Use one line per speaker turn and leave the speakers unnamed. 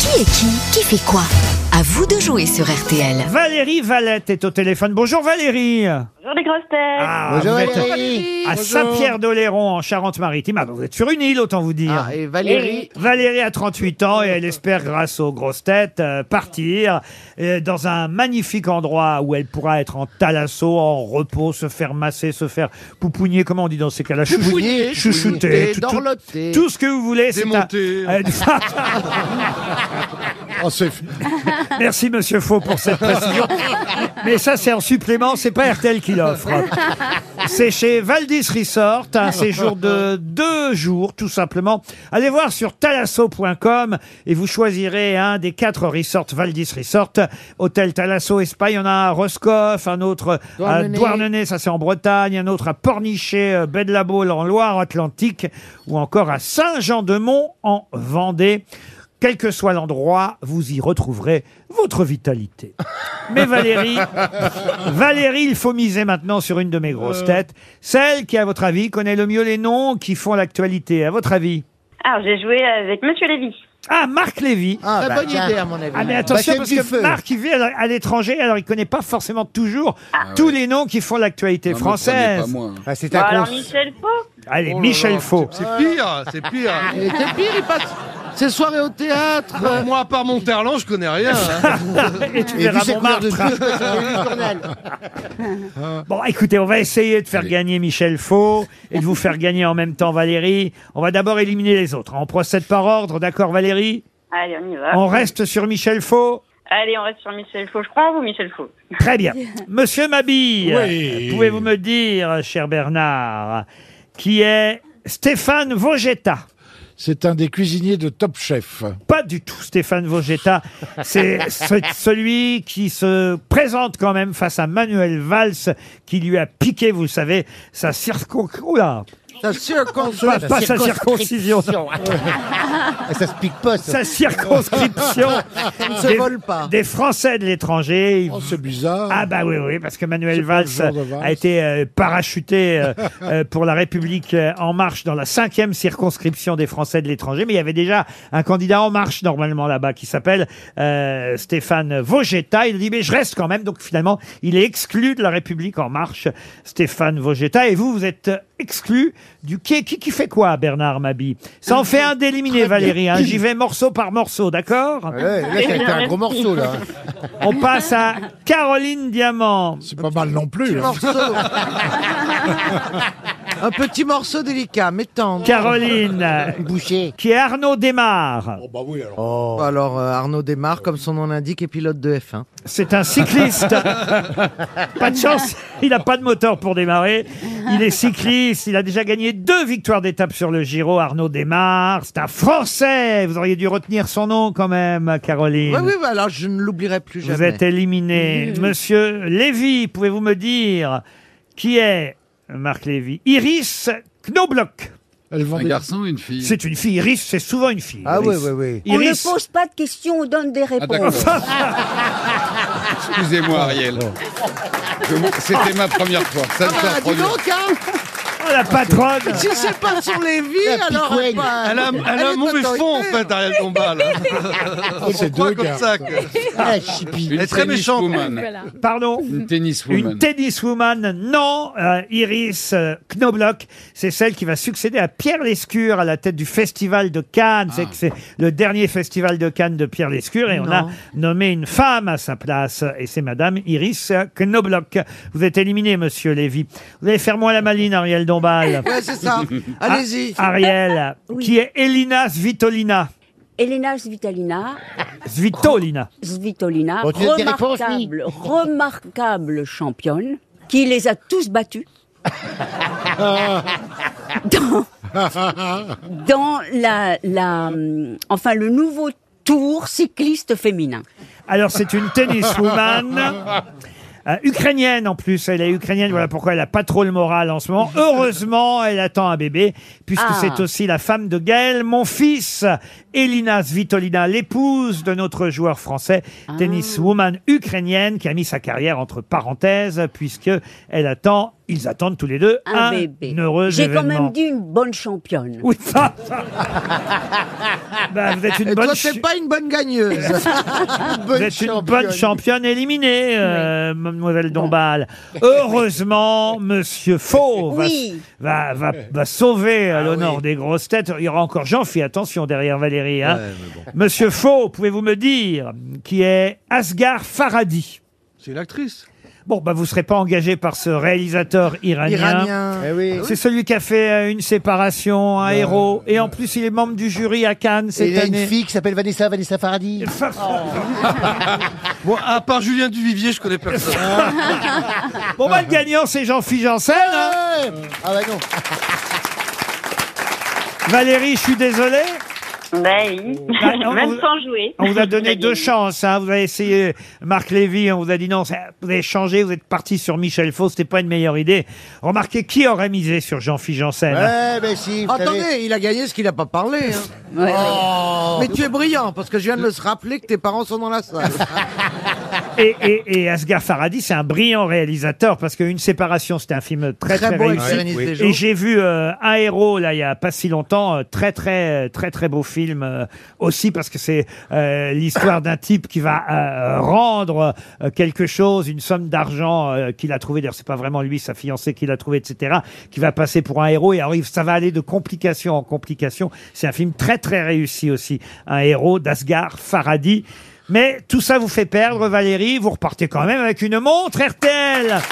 Qui est qui Qui fait quoi À vous de jouer sur RTL.
Valérie Valette est au téléphone. Bonjour Valérie.
Bonjour les grosses têtes.
Ah,
Bonjour
vous êtes
Valérie.
à Saint-Pierre-d'Oléron en Charente-Maritime. Ah, bah, vous êtes sur une île, autant vous dire.
Ah, et Valérie.
Valérie a 38 ans et elle espère, grâce aux grosses têtes, euh, partir euh, dans un magnifique endroit où elle pourra être en talasso, en repos, se faire masser, se faire poupougner, comment on dit dans ces cas-là
Chouchouiller.
chouchouter, tout- tout-
dorloter.
tout ce que vous voulez. c'est un-
Démonter.
Euh,
Ah,
Oh, c'est-
Merci Monsieur Faux pour cette précision. Mais ça, c'est en supplément, c'est pas RTL qui l'offre. C'est chez Valdis Resort, un séjour de deux jours, tout simplement. Allez voir sur talasso.com et vous choisirez un des quatre resorts Valdis Resort. Hôtel Talasso Espagne, il y en a un à Roscoff, un autre à
Douarnenez.
Douarnenez, ça c'est en Bretagne, un autre à Pornichet, euh, Baie-de-la-Baule en Loire-Atlantique, ou encore à Saint-Jean-de-Mont en Vendée. Quel que soit l'endroit, vous y retrouverez votre vitalité. Mais Valérie, Valérie, il faut miser maintenant sur une de mes grosses têtes, celle qui, à votre avis, connaît le mieux les noms qui font l'actualité. À votre avis
Alors j'ai joué avec Monsieur Lévy.
Ah, Marc Lévy.
Ah,
bah,
bonne
tiens.
idée à mon avis.
Ah mais
Bah,
attention
c'est
parce
du
que
feu.
Marc il vit à l- à l'étranger alors il connaît pas forcément toujours tous les noms qui font l'actualité
Ah Non, me prenez pas,
française.
moi.
Ah, c'est
Bon,
un
alors
con.
Michel Faux.
Allez
Oh là
Michel
là,
Faux.
C'est pire, c'est pire.
Et c'est pire, il passe ses soirées au théâtre. euh,
Moi, à part Monterland, je connais rien. hein.
Et tu
Et vu
verras
ses couleurs de
Montmartre.
pute, c'est du journal.
Bon écoutez on va essayer de faire
Allez.
gagner Michel Faux et de vous faire gagner en même temps Valérie. On va d'abord éliminer les autres. On procède par ordre d'accord Valérie.
Allez, on y va.
On reste sur Michel Faux.
Allez, on reste sur Michel Faux. Je crois en vous, Michel Faux.
Très bien. Monsieur Mabille,
Oui.
pouvez-vous me dire cher Bernard qui est Stéphane Vogetta
C'est un des cuisiniers de Top Chef.
Pas du tout, Stéphane Vogetta. C'est ce- celui qui se présente quand même face à Manuel Valls, qui lui a piqué, vous le savez, sa circon... Oh là
Sa
Pas,
circonstance.
pas sa circoncision,
Ah, ça se pique pas, ça.
sa circonscription
ne se
des,
vole pas.
des Français de l'étranger.
Oh, c'est bizarre.
Ah bah oui, oui, parce que Manuel Valls,
le genre de Valls.
a été euh, parachuté euh, euh, pour la République euh, En Marche dans la cinquième circonscription des Français de l'étranger. Mais il y avait déjà un candidat En Marche normalement là-bas qui s'appelle euh, Stéphane Vogetta. Il dit mais je reste quand même. Donc finalement, il est exclu de la République En Marche, Stéphane Vogetta. Et vous, vous êtes euh, exclu du qui, qui, qui fait quoi, Bernard Mabi Ça en fait un d'éliminer, Valérie. hein. J'y vais morceau par morceau, d'accord
Ouais, là, ça a été un gros morceau, là.
On passe à Caroline Diamant.
C'est pas mal non plus. hein.
Morceau. un petit morceau délicat, mais tendre.
Caroline, euh,
Boucher.
qui est Arnaud Desmarres.
Oh, bah oui, alors.
Alors euh, Arnaud démarre, comme son nom l'indique, est pilote de F1.
C'est un cycliste. pas de chance, il n'a pas de moteur pour démarrer. Il est cycliste, il a déjà gagné deux victoires d'étape sur le Giro. Arnaud Desmarres, c'est un Français. Vous auriez dû retenir son nom quand même, Caroline.
Oui, oui, bah, alors je ne l'oublierai plus
Vous
jamais.
êtes éliminé. Monsieur Lévy, pouvez-vous me dire qui est Marc Lévy Iris Knobloch.
Elle vend
Un
des-
garçon, une fille.
C'est une fille. Iris, c'est souvent une fille.
Ah, ouais,
Iris.
ouais, ouais.
On
Iris.
ne pose pas de questions, on donne des
Ah,
réponses.
d'accord. Excusez-moi, Ariel. Je vous- C'était ma première fois.
Ah
Ça ne
bah,
s'est
dis
produit.
donc, hein
Oh, la patronne.
Si Ah, c'est pas sur les vies,
La
alors...
picouigne.
bah,
Elle a, elle a un
est
mauvais fond, en
autoritaire.
fait, Ariel Dombal.
Ah, c'est deux
Pourquoi comme
gars.
ça que-
Ah, chipi.
Une
est très
tennis
méchante.
woman.
Pardon.
Une tenniswoman.
Une tenniswoman, non. euh, Iris euh, Knobloch, c'est celle qui va succéder à Pierre Lescure à la tête du festival de Cannes. C'est que C'est le dernier festival de Cannes de Pierre Lescure et on a
Non.
nommé une femme à sa place et c'est Madame Iris Knobloch. Vous êtes éliminé, Monsieur Lévy. Vous allez faire moi la maline, Ariel Dombal.
Ouais, c'est ça. Allez-y.
Ah, Ariel,
Oui.
qui est Elina Svitolina.
Elena Svitolina,
Svitolina.
Svitolina,
Bon, tu donnes tes réponses,
remarquable, remarquable championne, qui les a tous battus. dans dans la, la, hum, enfin le nouveau tour cycliste féminin.
Alors, c'est une tenniswoman. euh, ukrainienne en plus, elle est ukrainienne, voilà pourquoi elle a pas trop le moral en ce moment. Heureusement, elle attend un bébé, puisque
Ah.
c'est aussi la femme de Gaël, mon fils, Elina Svitolina, l'épouse de notre joueur français,
Ah.
tenniswoman ukrainienne, qui a mis sa carrière entre parenthèses, puisque elle attend Ils attendent tous les deux
Un,
un,
bébé.
heureux
J'ai quand
événement.
même dit une bonne championne.
Oui, ça, ça. Bah, vous êtes une
Et
bonne
toi,
ch-
t'es pas une bonne gagneuse.
Vous êtes une bonne championne éliminée, euh, mademoiselle Dombal. Heureusement, monsieur Faux va,
Oui.
va, va- va sauver euh, l'honneur des grosses têtes. Il y aura encore Jean, fais attention derrière Valérie. hein. Monsieur Faux, pouvez-vous me dire qui est Asghar Faradi
C'est l'actrice.
Bon, bah, vous serez pas engagé par ce réalisateur iranien.
Iranien.
Eh oui.
C'est celui qui a fait euh, une séparation, un héros. Et en plus, il est membre du jury à Cannes
Et il
cette
y a une
année.
fille qui s'appelle Vanessa, Vanessa Faradi.
Bon, à part Julien Duvivier, je connais personne.
Bon, bah, le gagnant, c'est Jean-Philippe Janssen. hein.
Ah bah non.
Valérie, je suis désolé.
Bah oui.
Ah, non,
Même
vous-
sans jouer.
On vous a donné
J'ai
deux
gagné.
chances. hein. Vous avez essayé Marc Lévy. On vous a dit non. ça- Vous avez changé. Vous êtes parti sur Michel Faux. C'était pas une meilleure idée. Remarquez qui aurait misé sur Jean-Philippe Janssen. hein.
Ouais, mais si. vous savez.
Attendez, il a gagné ce qu'il a pas parlé. hein.
Ouais, ouais.
Mais tu es brillant, parce que je viens de me se rappeler que tes parents sont dans la salle.
Et, et, et Asghar Farhadi, c'est un brillant réalisateur parce qu'une séparation, c'était un film très très,
Très beau avec
réussi.
Bérénice
Oui.
Bejo.
Et j'ai vu euh, un héros là il y a pas si longtemps, euh, très très euh, très très beau film euh, aussi parce que c'est euh, l'histoire d'un type qui va euh, rendre euh, quelque chose, une somme d'argent euh, qu'il a trouvé. D'ailleurs c'est pas vraiment lui, sa fiancée qui l'a trouvé, etc. Qui va passer pour un héros et arrive, ça va aller de complication en complication. C'est un film très très réussi aussi, un héros d'Asgard Faradi. Mais tout ça vous fait perdre, Valérie. Vous repartez quand même avec une montre RTL.